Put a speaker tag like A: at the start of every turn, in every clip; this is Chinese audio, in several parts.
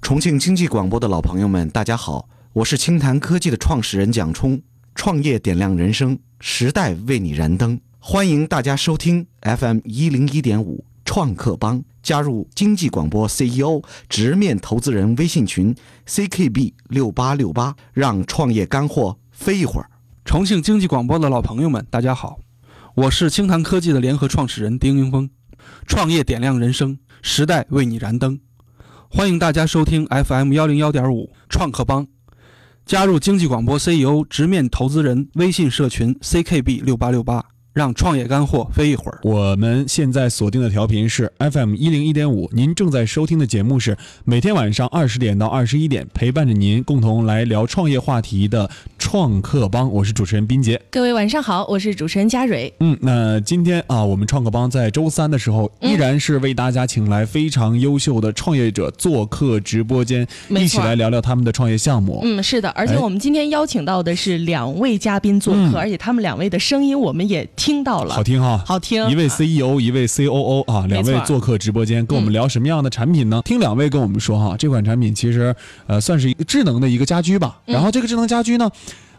A: 重庆经济广播的老朋友们，大家好，我是清谈科技的创始人蒋冲，创业点亮人生，时代为你燃灯，欢迎大家收听 FM 一零一点五创客帮，加入经济广播 CEO 直面投资人微信群 CKB 六八六八，让创业干货飞一会儿。
B: 重庆经济广播的老朋友们，大家好，我是清谈科技的联合创始人丁云峰，创业点亮人生，时代为你燃灯，欢迎大家收听 FM 幺零幺点五创客帮，加入经济广播 CEO 直面投资人微信社群 CKB 六八六八，让创业干货飞一会儿。
C: 我们现在锁定的调频是 FM 一零一点五，您正在收听的节目是每天晚上二十点到二十一点，陪伴着您共同来聊创业话题的创客帮，我是主持人斌杰。
D: 各位晚上好，我是主持人佳蕊。
C: 嗯，那今天啊，我们创客帮在周三的时候，依然是为大家请来非常优秀的创业者做客直播间，
D: 没错
C: 一起来聊聊他们的创业项目。
D: 嗯，是的，而且
C: 哎
D: 我们今天邀请到的是两位嘉宾做客，
C: 嗯
D: 而且他们两位的声音我们也听到了，
C: 好听哈，
D: 好听
C: 一位 CEO，一位 COO 啊，两
D: 啊没
C: 位
D: 错嗯
C: 做客直播间，跟我们聊什么样的产品呢？听两位跟我们说哈，这款产品其实呃算是一个智能的一个家居吧。
D: 嗯
C: 然后这个智能家居呢，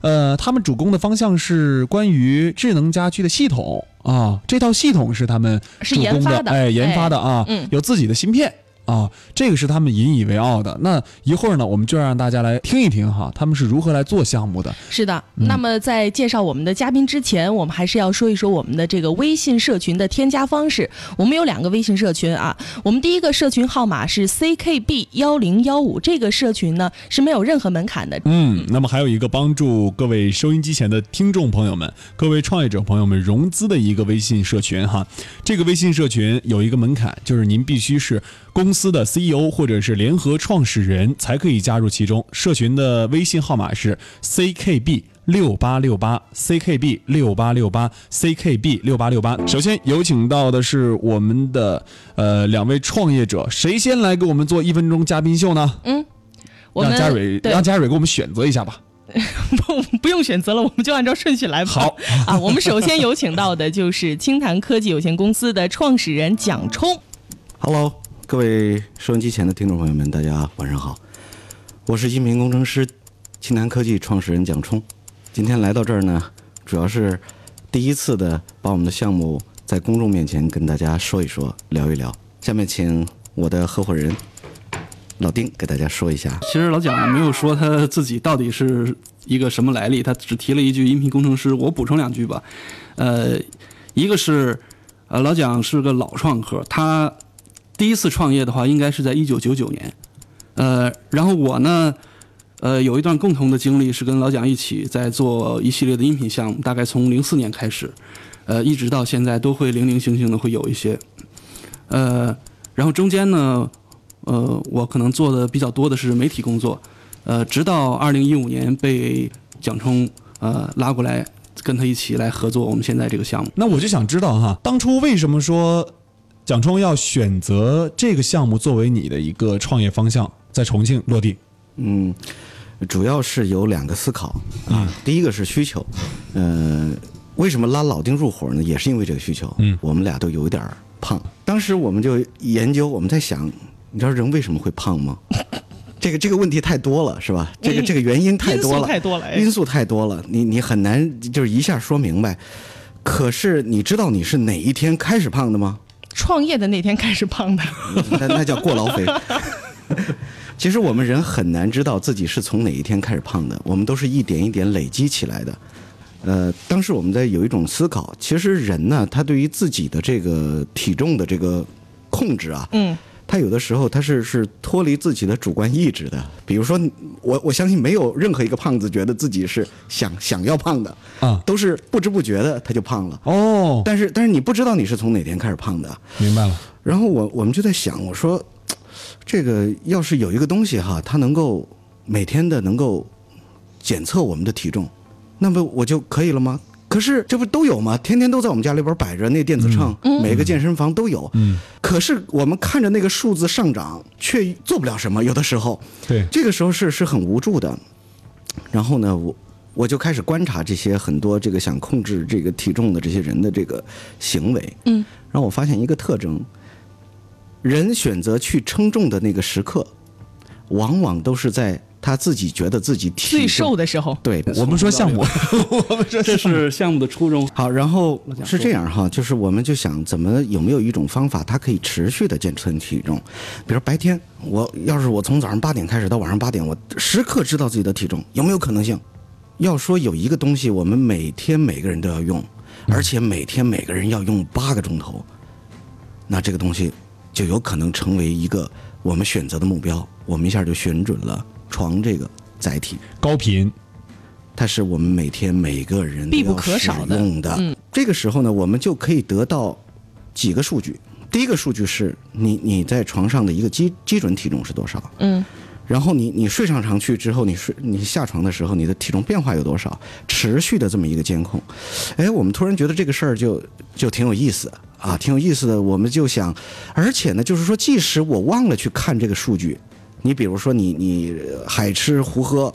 C: 呃，他们主攻的方向是关于智能家居的系统啊，这套系统是他们
D: 是
C: 主
D: 研
C: 攻
D: 发的，
C: 哎，研发的啊，
D: 嗯
C: 有自己的芯片。啊，这个是他们引以为傲的。那一会儿呢，我们就让大家来听一听哈，他们是如何来做项目的。
D: 是的，
C: 嗯
D: 那么在介绍我们的嘉宾之前，我们还是要说一说我们的这个微信社群的添加方式。我们有两个微信社群啊，我们第一个社群号码是 CKB 幺零幺五，这个社群呢是没有任何门槛的。
C: 嗯，那么还有一个帮助各位收音机前的听众朋友们、各位创业者朋友们融资的一个微信社群哈。这个微信社群有一个门槛，就是您必须是公司的 CEO 或者是联合创始人才可以加入其中。社群的微信号码是 CKB。六八六八 CKB 六八六八 CKB 六八六八。首先有请到的是我们的呃两位创业者，谁先来给我们做一分钟嘉宾秀呢？
D: 我
C: 让
D: 们
C: 嘉啊蕊
D: 对
C: 让嘉蕊给我们选择一下吧。
D: 不不用选择了，我们就按照顺序来吧。
C: 好
D: 啊，我们首先有请到的就是清谈科技有限公司的创始人蒋冲。
A: Hello，各位收音机前的听众朋友们，大家晚上好，我是音频工程师清南科技创始人蒋冲。今天来到这儿呢，主要是第一次的把我们的项目在公众面前跟大家说一说，聊一聊。下面请我的合伙人老丁给大家说一下。
B: 其实老蒋没有说他自己到底是一个什么来历，他只提了一句音频工程师。我补充两句吧，呃，一个是呃老蒋是个老创客，他第一次创业的话应该是在一九九九年，呃，然后我呢。呃，有一段共同的经历是跟老蒋一起在做一系列的音频项目，大概从零四年开始，呃，一直到现在都会零零星星的会有一些，呃，然后中间呢，呃，我可能做的比较多的是媒体工作，呃，直到二零一五年被蒋冲呃拉过来，跟他一起来合作我们现在这个项目。
C: 那我就想知道哈，当初为什么说蒋冲要选择这个项目作为你的一个创业方向，在重庆落地？
A: 嗯，主要是有两个思考
D: 嗯
A: 啊，第一个是需求，呃，为什么拉老丁入伙呢？也是因为这个需求。
C: 嗯
A: 我们俩都有点儿胖，当时我们就研究，我们在想，你知道人为什么会胖吗？这个这个问题太多了，是吧？这个这个原因太多
D: 哎
A: 了
D: 因素，太多了哎
A: 因素太多了，你你很难就是一下说明白。可是你知道你是哪一天开始胖的吗？
D: 创业的那天开始胖的，
A: 那那叫过劳肥。其实我们人很难知道自己是从哪一天开始胖的，我们都是一点一点累积起来的。呃，当时我们在有一种思考，其实人呢，他对于自己的这个体重的这个控制啊，
D: 嗯，
A: 他有的时候他是是脱离自己的主观意志的。比如说，我我相信没有任何一个胖子觉得自己是想想要胖的
C: 啊
A: 都是不知不觉的他就胖了。
C: 哦，
A: 但是但是你不知道你是从哪天开始胖的，
C: 明白了，
A: 然后我我们就在想，我说，这个要是有一个东西哈，它能够每天的能够检测我们的体重，那么我就可以了吗？可是这不都有吗？天天都在我们家里边摆着那电子秤，每个健身房都有。
C: 嗯，
A: 可是我们看着那个数字上涨，却做不了什么。有的时候，
C: 对，
A: 这个时候是是很无助的。然后呢，我我就开始观察这些很多这个想控制这个体重的这些人的这个行为。
D: 嗯，
A: 然后我发现一个特征，人选择去称重的那个时刻，往往都是在他自己觉得自己体
D: 最
A: 重
D: 瘦的时候，
A: 对，
C: 我们说项目，我们说
B: 这是项目的初衷。
A: 好，然后
B: 讲
A: 是这样哈，就是我们就想怎么有没有一种方法，它可以持续的健身体重，比如白天我要是我从早上八点开始到晚上八点，我时刻知道自己的体重，有没有可能性？要说有一个东西，我们每天每个人都要用，而且每天每个人要用八个钟头，那这个东西就有可能成为一个我们选择的目标，我们一下就选准了床这个载体。
C: 高频，
A: 它是我们每天每个人都
D: 必不
A: 要
D: 可少的嗯
A: 使用的。这个时候呢，我们就可以得到几个数据。第一个数据是你你在床上的一个基基准体重是多少，
D: 嗯，
A: 然后你你睡上床去之后，你睡你下床的时候，你的体重变化有多少，持续的这么一个监控。哎，我们突然觉得这个事儿就就挺有意思啊，挺有意思的。我们就想，而且呢，就是说，即使我忘了去看这个数据，你比如说你你呃海吃胡喝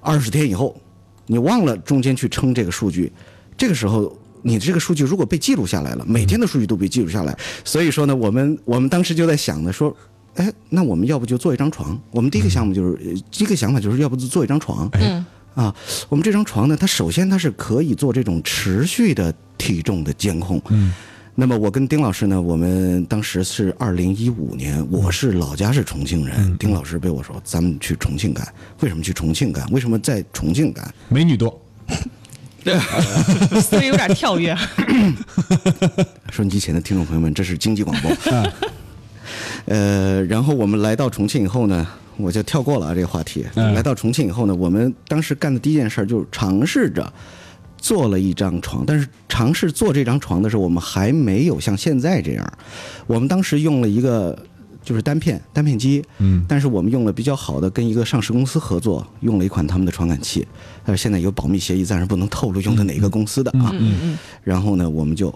A: 二十天以后，你忘了中间去称这个数据，这个时候。你这个数据如果被记录下来了，每天的数据都被记录下来，所以说呢，我们我们当时就在想呢，说，哎，那我们要不就做一张床？我们第一个项目就是，呃第一个想法就是要不就做一张床，
D: 嗯，
A: 啊，我们这张床呢，它首先它是可以做这种持续的体重的监控。嗯，那么我跟丁老师呢，我们当时是二零一五年，我是老家是重庆人，丁老师被我说咱们去重庆干，为什么去重庆干？为什么在重庆干？
C: 美女多，
D: 所以有点跳跃。
A: 收音机前的听众朋友们，这是经济广播。 呃，然后我们来到重庆以后呢，我就跳过了啊这个话题。来到重庆以后呢，我们当时干的第一件事儿就是尝试着做了一张床，但是尝试做这张床的时候，我们还没有像现在这样。我们当时用了一个就是单片单片机，嗯，但是我们用了比较好的，跟一个上市公司合作，用了一款他们的传感器，但是现在有保密协议，暂时不能透露用的哪个公司的啊。嗯嗯。然后呢，我们就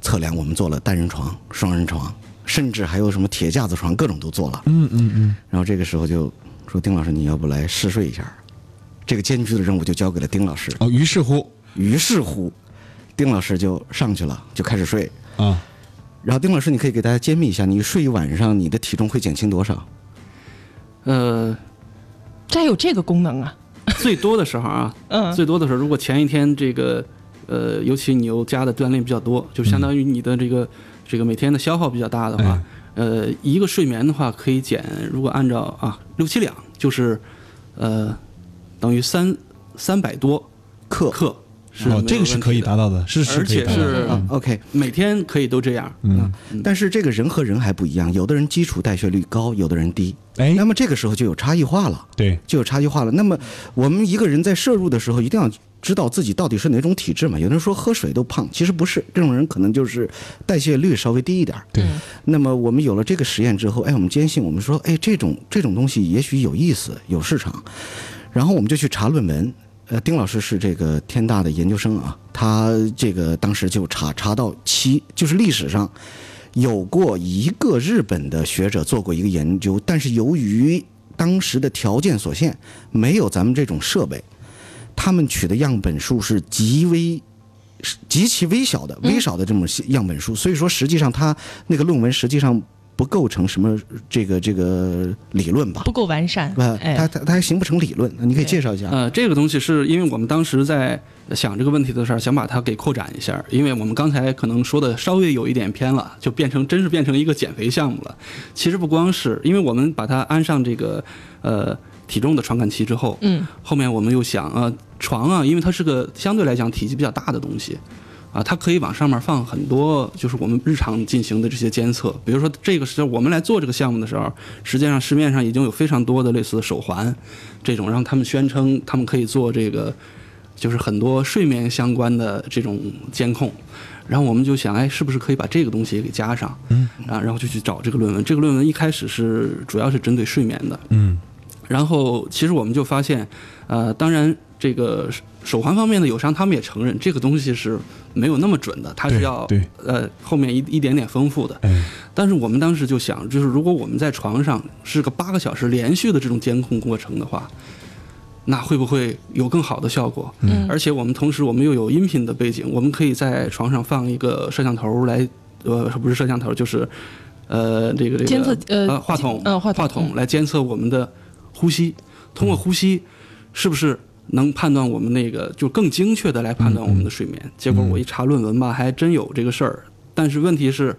A: 测量，我们做了单人床、双人床，甚至还有什么铁架子床，各种都做了。
C: 嗯嗯嗯，
A: 然后这个时候就说：“丁老师，你要不来试睡一下？”这个艰巨的任务就交给了丁老师。
C: 哦，于是乎
A: 于是乎，丁老师就上去了，就开始睡。
C: 啊，
A: 然后丁老师，你可以给大家揭秘一下，你睡一晚上，你的体重会减轻多少？
B: 呃，
D: 这还有这个功能啊？
B: 最多的时候 啊，
D: 嗯
B: 最多的时候，如果前一天这个，呃，尤其你又加的锻炼比较多，就相当于你的这个、这个每天的消耗比较大的话，呃，一个睡眠的话可以减，如果按照啊六七两，就是呃等于三三百多
A: 克
B: 克是没有
C: 哦，这个是可以
B: 问题的
C: 达，到的，是是
B: 而
C: 可以
B: 且
C: 达到的。
B: 是
A: 啊，OK。
B: 每天可以都这样。
C: 嗯，
A: 但是这个人和人还不一样，有的人基础代谢率高，有的人低。
C: 哎
A: 那，么这个时候就有差异化了。
C: 对，
B: 嗯
A: 就有差异化了。那么我们一个人在摄入的时候，一定要知道自己到底是哪种体质嘛。有的人说喝水都胖，其实不是，这种人可能就是代谢率稍微低一点儿。
C: 对，
A: 那么我们有了这个实验之后，哎，我们坚信，我们说，哎，这种这种东西也许有意思，有市场。然后我们就去查论文。呃，丁老师是这个天大的研究生啊，他这个当时就查查到七，就是历史上有过一个日本的学者做过一个研究，但是由于当时的条件所限，没有咱们这种设备，他们取的样本数是极微。是极其微小的、微少的这么样本数，所以说实际上他那个论文实际上不构成什么这个这个理论吧
D: 不？够完善。
A: 呃，它
D: 哎，
A: 它它还形不成理论，你可以介绍一下。
B: 呃，这个东西是因为我们当时在想这个问题的时候，想把它给扩展一下，因为我们刚才可能说的稍微有一点偏了，就变成真是变成一个减肥项目了。其实不光是因为我们把它安上这个呃体重的传感器之后，
D: 嗯，
B: 后面我们又想啊、呃床啊，因为它是个相对来讲体积比较大的东西。啊，它可以往上面放很多，就是我们日常进行的这些监测。比如说，这个时候我们来做这个项目的时候，实际上市面上已经有非常多的类似手环，这种让他们宣称他们可以做这个，就是很多睡眠相关的这种监控。然后我们就想，哎，是不是可以把这个东西也给加上？嗯，啊，然后就去找这个论文。这个论文一开始是主要是针对睡眠的，
C: 嗯，
B: 然后其实我们就发现，呃，当然这个手环方面的友商他们也承认这个东西是没有那么准的，它是
C: 对
B: 要
C: 对
B: 呃后面一一点点丰富的。
C: 哎，
B: 但是我们当时就想，就是如果我们在床上是个八个小时连续的这种监控过程的话，那会不会有更好的效果？
D: 嗯
B: 而且我们同时我们又有音频的背景，我们可以在床上放一个摄像头来，呃，不是摄像头，就是呃这个这个
D: 监测呃
B: 话筒
D: 呃话筒
B: 筒来监测我们的呼吸，通过呼吸是不是能判断我们那个就更精确的来判断我们的睡眠？结果我一查论文吧，还真有这个事儿。但是问题是，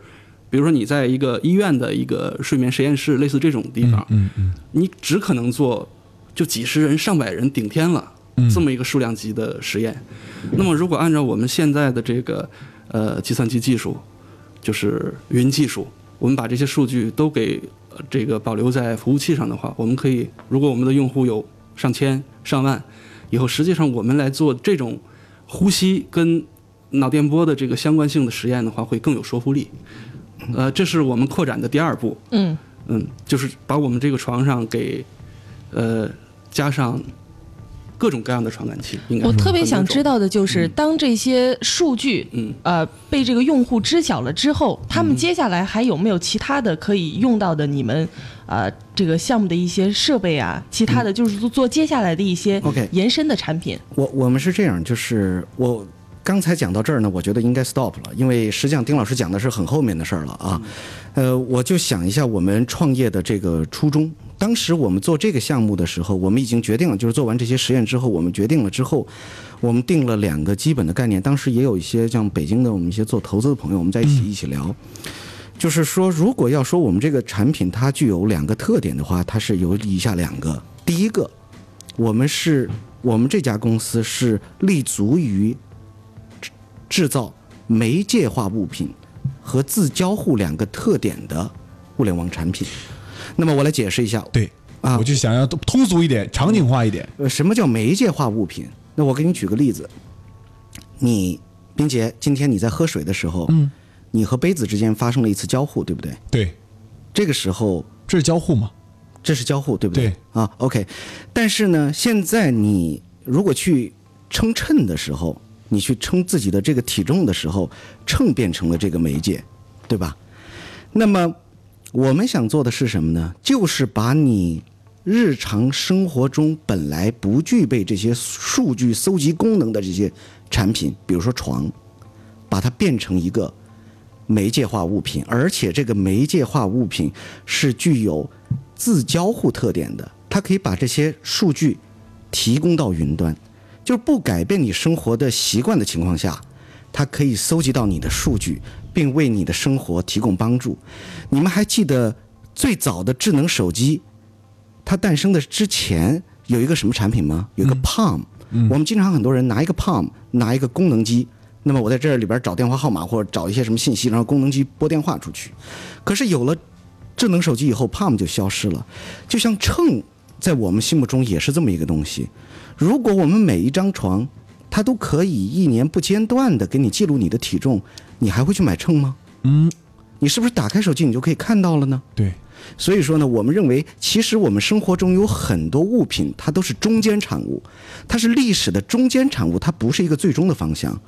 B: 比如说你在一个医院的一个睡眠实验室，类似这种地方，
C: 嗯嗯
B: 你只可能做就几十人、上百人顶天了
C: 嗯
B: 这么一个数量级的实验。那么，如果按照我们现在的这个呃计算机技术，就是云技术，我们把这些数据都给、呃这个保留在服务器上的话，我们可以，如果我们的用户有上千、上万，以后实际上我们来做这种呼吸跟脑电波的这个相关性的实验的话，会更有说服力。呃，这是我们扩展的第二步。
D: 嗯，
B: 嗯，就是把我们这个床上给呃加上各种各样的传感器。
A: 嗯
B: 应该
D: 我
B: 说
D: 特
B: 很
D: 别
B: 多
D: 想
B: 种
D: 知，道的就是，当这些数据
B: 嗯，
D: 呃被这个用户知晓了之后，他
A: 嗯
D: 们接下来还有没有其他的可以用到的你们呃这个项目的一些设备啊，其他的就是做做接下来的一些
A: 嗯 OK
D: 延伸的产品。
A: 我我们是这样，就是我刚才讲到这儿呢，我觉得应该 stop 了，因为实际上丁老师讲的是很后面的事儿了啊。呃，我就想一下我们创业的这个初衷。当时我们做这个项目的时候，我们已经决定了，就是做完这些实验之后，我们决定了之后，我们定了两个基本的概念。当时也有一些像北京的我们一些做投资的朋友，我们在一起一起聊。就是说，如果要说我们这个产品它具有两个特点的话，它是有以下两个。第一个，我们是我们这家公司是立足于制制造媒介化物品和自交互两个特点的互联网产品。那么我来解释一下，
C: 对
A: 啊
C: 我就想要通俗一点、场景化一点。
A: 呃，什么叫媒介化物品？那我给你举个例子，你冰杰，今天你在喝水的时候，嗯，你和杯子之间发生了一次交互，对不对？
C: 对，
A: 这个时候
C: 这是交互嘛？
A: 这是交互，对不对？
C: 对
A: 啊，OK。但是呢，现在你如果去称称的时候，你去称自己的这个体重的时候，秤变成了这个媒介，对吧？那么我们想做的是什么呢？就是把你日常生活中本来不具备这些数据搜集功能的这些产品，比如说床，把它变成一个媒介化物品，而且这个媒介化物品是具有自交互特点的，它可以把这些数据提供到云端，就是不改变你生活的习惯的情况下，它可以搜集到你的数据，并为你的生活提供帮助。你们还记得最早的智能手机它诞生的之前有一个什么产品吗？有一个 Palm，、我们经常很多人拿一个 Palm，拿一个功能机。那么我在这里边找电话号码或者找一些什么信息，然后功能机拨电话出去。可是有了智能手机以后，Palm 就消失了。就像秤，在我们心目中也是这么一个东西。如果我们每一张床，它都可以一年不间断的给你记录你的体重，你还会去买秤吗？嗯，你是不是打开手机你就可以看到了呢？
C: 对，
A: 所以说呢，我们认为，其实我们生活中有很多物品，它都是中间产物，它是历史的中间产物，它不是一个最终的方向。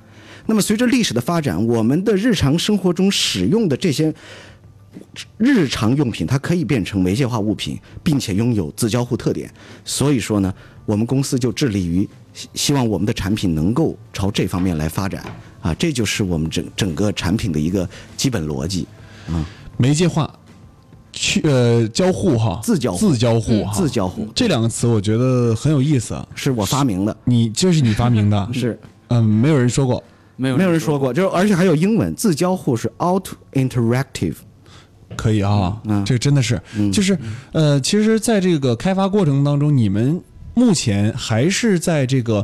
A: 那么，随着历史的发展，我们的日常生活中使用的这些日常用品，它可以变成媒介化物品，并且拥有自交互特点。所以说呢，我们公司就致力于希希望我们的产品能够朝这方面来发展啊，这就是我们整整个产品的一个基本逻辑。
C: 媒介化，去呃交互哈，
A: 自交互
C: 自交互
D: 嗯
C: 哈，
A: 自交互
C: 这两个词我觉得很有意思啊。
A: 是我发明的，，
C: 你这是你发明的
A: 是。
C: 嗯，没有人说过，
B: 没有
A: 没有人说过，就是而且还有英文自交互是 out interactive，
C: 可以啊，
A: 嗯
C: 这真的是，就是呃，其实在这个开发过程当中，你们目前还是在这个。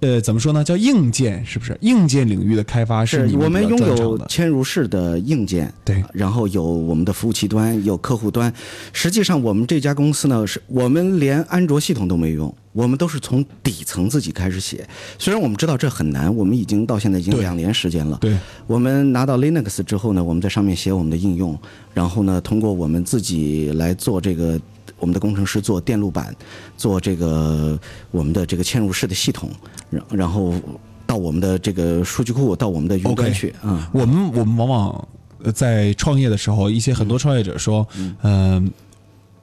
C: 呃，怎么说呢？叫硬件是不是？硬件领域的开发你
A: 我
C: 们
A: 们
C: 比较
A: 拥
C: 专
A: 有
C: 长的。
A: 嵌入式的硬件，
C: 对
A: 然后有我们的服务器端，有客户端。实际上，我们这家公司呢，是我们连安卓系统都没用，我们都是从底层自己开始写。虽然我们知道这很难，我们已经到现在已经
C: 对
A: 两年时间了。
C: 对，
A: 我们拿到 Linux 之后呢，我们在上面写我们的应用，然后呢，通过我们自己来做这个。我们的工程师做电路板，做这个我们的这个嵌入式的系统，然然后到我们的这个数据库，到我们的云端
C: OK 嗯
A: 去啊。
C: 我们我们往往呃在创业的时候，一些很多创业者说，嗯、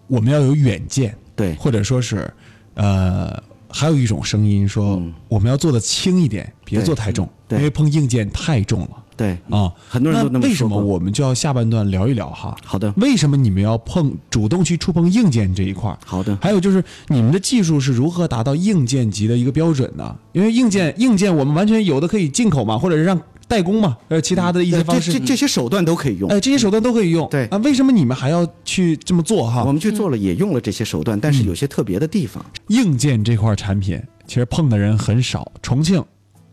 C: 我们要有远见，
A: 对
C: 或者说是呃，还有一种声音说，我们要做的轻一点，别
A: 对
C: 做太重，
A: 嗯对
C: 因为碰硬件太重了。
A: 对，嗯
C: 啊。
A: 很多人都那
C: 那
A: 么
C: 为什
A: 说
C: 么
A: 过
C: 我们就要下半段聊一聊哈？
A: 好的，
C: 为什么你们要碰主动去触碰硬件这一块儿？
A: 好的，
C: 还有就是你们的技术是如何达到硬件级的一个标准呢？因为硬件硬件我们完全有的可以进口嘛，或者是让代工嘛，呃，其他的一些
A: 对
C: 方
A: 这
C: 式，
A: 这这些手段都可以用。
C: 哎，这些手段都可以用。
A: 对
C: 啊，为什么你们还要去这么做
A: 我
C: 哈？
A: 们去做了，也用了这些手段，但是有些特别的地方，
C: 硬件这块产品其实碰的人很少，重庆。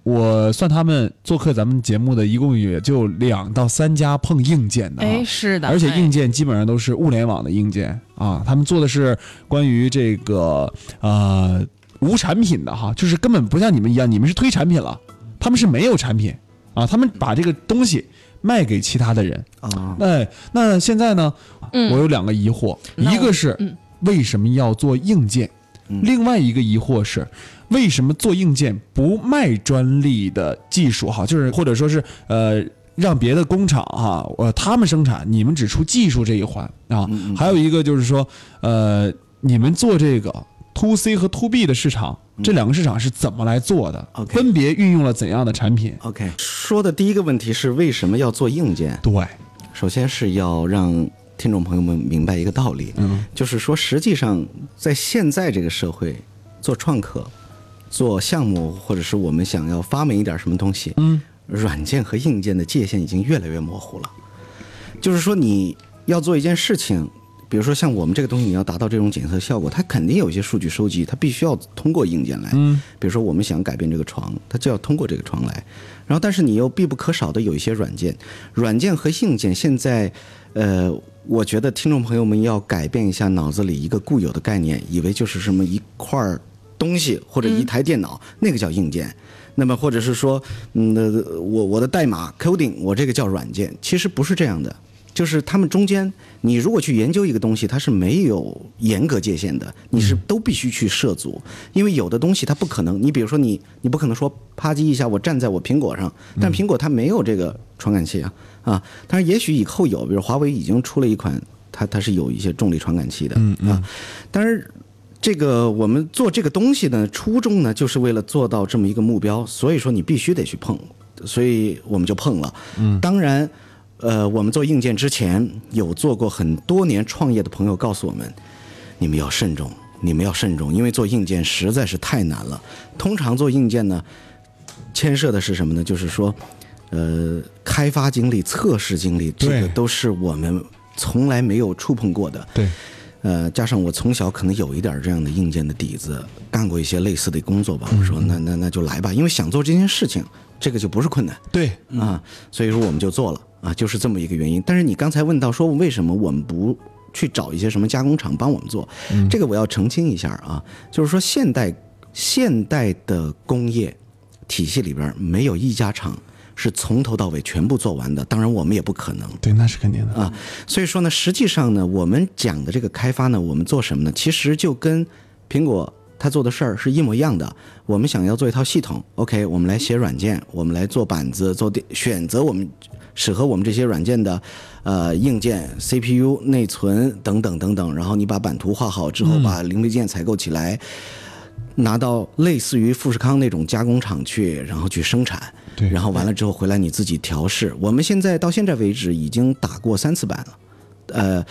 C: 我算他们做客咱们节目的，一共也就两到三家碰硬件的、啊，
D: 哎，是的，
C: 而且
D: 哎
C: 硬件基本上都是物联网的硬件啊，他们做的是关于这个呃无产品的哈，就是根本不像你们一样，你们是推产品了，他们是没有产品啊，他们把这个东西卖给其他的人。
A: 啊，
C: 哎，那现在呢，
D: 嗯
C: 我有两个疑惑，
D: 那我
C: 一个是
D: 嗯
C: 为什么要做硬件，
A: 嗯
C: 另外一个疑惑是为什么做硬件不卖专利的技术哈，就是或者说是呃。让别的工厂哈、呃，他们生产，你们只出技术这一环啊。
A: 嗯
C: 还有一个就是说，呃，你们做这个 to C 和 to B 的市场，这两个市场是怎么来做的？
A: OK
C: 分别运用了怎样的产品？
A: OK，说的第一个问题是为什么要做硬件？
C: 对，
A: 首先是要让听众朋友们明白一个道理，
C: 嗯，
A: 就是说，实际上在现在这个社会，做创客、做项目，或者是我们想要发明一点什么东西，嗯，软件和硬件的界限已经越来越模糊了。就是说，你要做一件事情，比如说像我们这个东西，你要达到这种检测效果，它肯定有一些数据收集，它必须要通过硬件来。嗯，比如说我们想改变这个床，它就要通过这个床来。然后，但是你又必不可少的有一些软件，软件和硬件现在，呃，我觉得听众朋友们要改变一下脑子里一个固有的概念，以为就是什么一块儿东西或者一台电脑，那个叫硬件。那么或者是说，嗯，呃我我的代码 coding，我这个叫软件，其实不是这样的。就是他们中间，你如果去研究一个东西，它是没有严格界限的，你是都必须去涉足，因为有的东西它不可能。你比如说你，你不可能说啪叽一下我站在我苹果上，但苹果它没有这个传感器啊啊。但是也许以后有，比如华为已经出了一款，它它是有一些重力传感器的啊。但是这个我们做这个东西呢，初衷呢，就是为了做到这么一个目标，所以说你必须得去碰，所以我们就碰了。嗯，当然，呃，我们做硬件之前，有做过很多年创业的朋友告诉我们，你们要慎重，你们要慎重，因为做硬件实在是太难了。通常做硬件呢，牵涉的是什么呢？就是说，呃，开发经历、测试经历，这个
C: 对
A: 都是我们从来没有触碰过的。
C: 对，
A: 呃，加上我从小可能有一点这样的硬件的底子，干过一些类似的工作吧。我说那那那就来吧，因为想做这件事情，这个就不是困难
C: 对，
A: 啊，所以说我们就做了啊，就是这么一个原因。但是你刚才问到说为什么我们不去找一些什么加工厂帮我们做，这个我要澄清一下啊，就是说现代现代的工业体系里边没有一家厂是从头到尾全部做完的，当然我们也不可能。
C: 对，那是肯定的。
A: 啊，所以说呢，实际上呢，我们讲的这个开发呢，我们做什么呢？其实就跟苹果它做的事儿是一模一样的。我们想要做一套系统，OK，我们来写软件，我们来做板子，做电选择我们适合我们这些软件的呃硬件、CPU、内存等等等等，然后你把版图画好之后，把零配件采购起来。拿到类似于富士康那种加工厂去，然后去生产，
C: 对
A: 然后完了之后回来你自己调试。我们现在到现在为止已经打过三次版了，呃，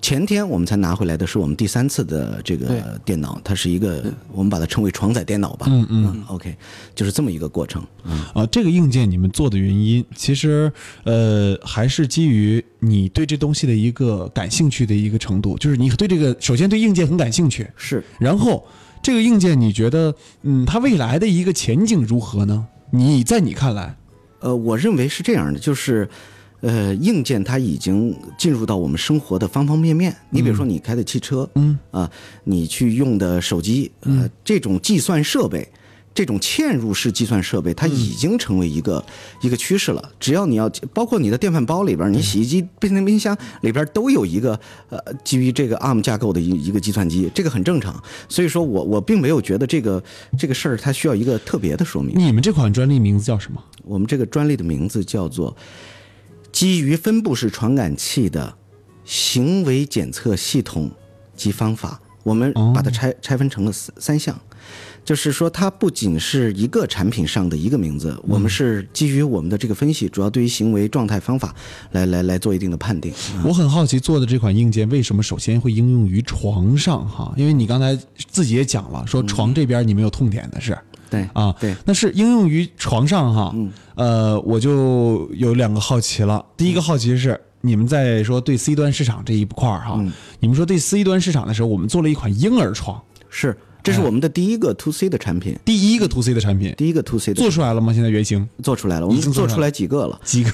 A: 前天我们才拿回来的是我们第三次的这
B: 对
A: 个电脑，它是一个我们把它称为床载电脑吧，嗯嗯，OK，就是这么一个过程，嗯，
C: 啊，这个硬件你们做的原因，其实呃还是基于你对这东西的一个感兴趣的一个程度，就是你对这个首先对硬件很感兴趣，
A: 是
C: 然后这个硬件你觉得嗯它未来的一个前景如何呢？你在你看来，
A: 呃，我认为是这样的，就是，呃，硬件它已经进入到我们生活的方方面面。你比如说，你开的汽车，嗯啊、你去用的手机，呃，这种计算设备，这种嵌入式计算设备，它已经成为一个、一个趋势了。只要你要，包括你的电饭煲里边儿，你洗衣机、变形冰箱里边儿都有一个呃基于这个 ARM 架构的一一个计算机，这个很正常。所以说我我并没有觉得这个这个事儿它需要一个特别的说明。
C: 你们这款专利名字叫什么？
A: 我们这个专利的名字叫做基于分布式传感器的行为检测系统及方法我们
C: 哦
A: 把它拆拆分成了三三项，就是说它不仅是一个产品上的一个名字，
C: 嗯
A: 我们是基于我们的这个分析，主要对于行为状态方法来来来做一定的判定。
C: 我很好奇做的这款硬件为什么首先会应用于床上哈？因为你刚才自己也讲了，说床这边你没有痛点的是
A: 对
C: 啊，
A: 对，
C: 那是应用于床上哈。呃，我就有两个好奇了。第一个好奇是。你们在说对 C 端市场这一块儿哈，你们说对 C 端市场的时候，我们做了一款婴儿床，
A: 是，这是我们的第一个 to C 的产品，
C: 第一个 to C 的产品
A: 第一个 to C 的
C: 啊做出来了吗？现在原型
A: 做出来了，我们
C: 已经
A: 做
C: 做出来。
A: 出来几个了
C: 几个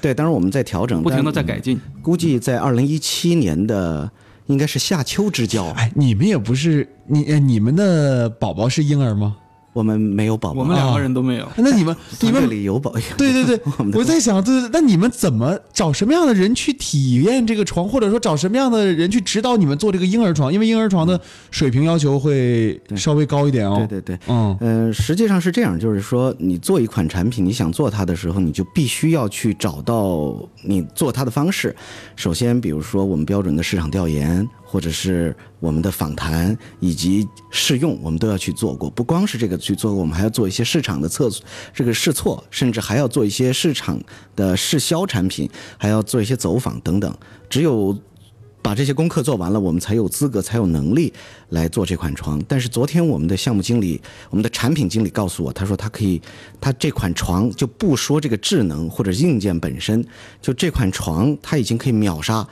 A: 对，当然我们在调整，
B: 不停的
A: 但
B: 在改进。
A: 估计在二零一七年的应该是夏秋之交，
C: 哎，你们也不是你哎你们的宝宝是婴儿吗？
A: 我们没有宝宝，
B: 我们两个人都没有，
A: 啊
C: 那你们你
A: 团队
C: 们
A: 里有宝宝，
C: 对对对
A: 我们，的
C: 我在想，对对，对那你们怎么找什么样的人去体验这个床，或者说找什么样的人去指导你们做这个婴儿床？因为婴儿床的水平要求会稍微高一点哦。
A: 对对对。
C: 嗯，
A: 呃，实际上是这样，就是说，你做一款产品，你想做它的时候，你就必须要去找到你做它的方式。首先，比如说我们标准的市场调研，或者是我们的访谈以及试用，我们都要去做过。不光是这个去做过，我们还要做一些市场的测速，这个试错，甚至还要做一些市场的试销产品，还要做一些走访等等。只有把这些功课做完了，我们才有资格，才有能力来做这款床。但是昨天我们的项目经理，我们的产品经理告诉我，他说他可以，他这款床就不说这个智能或者硬件本身，就这款床它已经可以秒杀，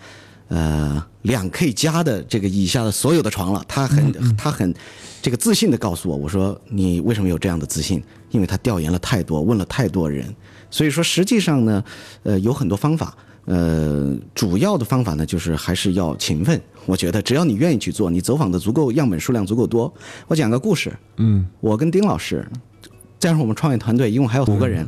A: 呃，两 K 加的这个以下的所有的床了。他很他很这个自信的告诉我，我说你为什么有这样的自信？因为他调研了太多，问了太多人，所以说实际上呢，呃，有很多方法。呃，主要的方法呢，就是还是要勤奋。我觉得只要你愿意去做，你走访的足够，样本数量足够多。我讲个故事，嗯，我跟丁老师，加上我们创业团队，一共还有五个人，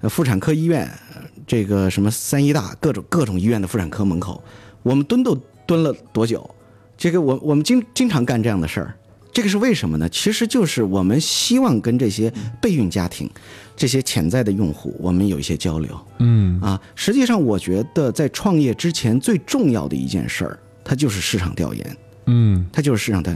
A: 呃，妇产科医院，呃这个什么三医大各种各种医院的妇产科门口，我们蹲都蹲了多久？这个我我们经经常干这样的事儿，这个是为什么呢？其实就是我们希望跟这些备孕家庭、这些潜在的用户，我们有一些交流。嗯啊，实际上我觉得在创业之前最重要的一件事儿，它就是市场调研。嗯，它就是市场调研。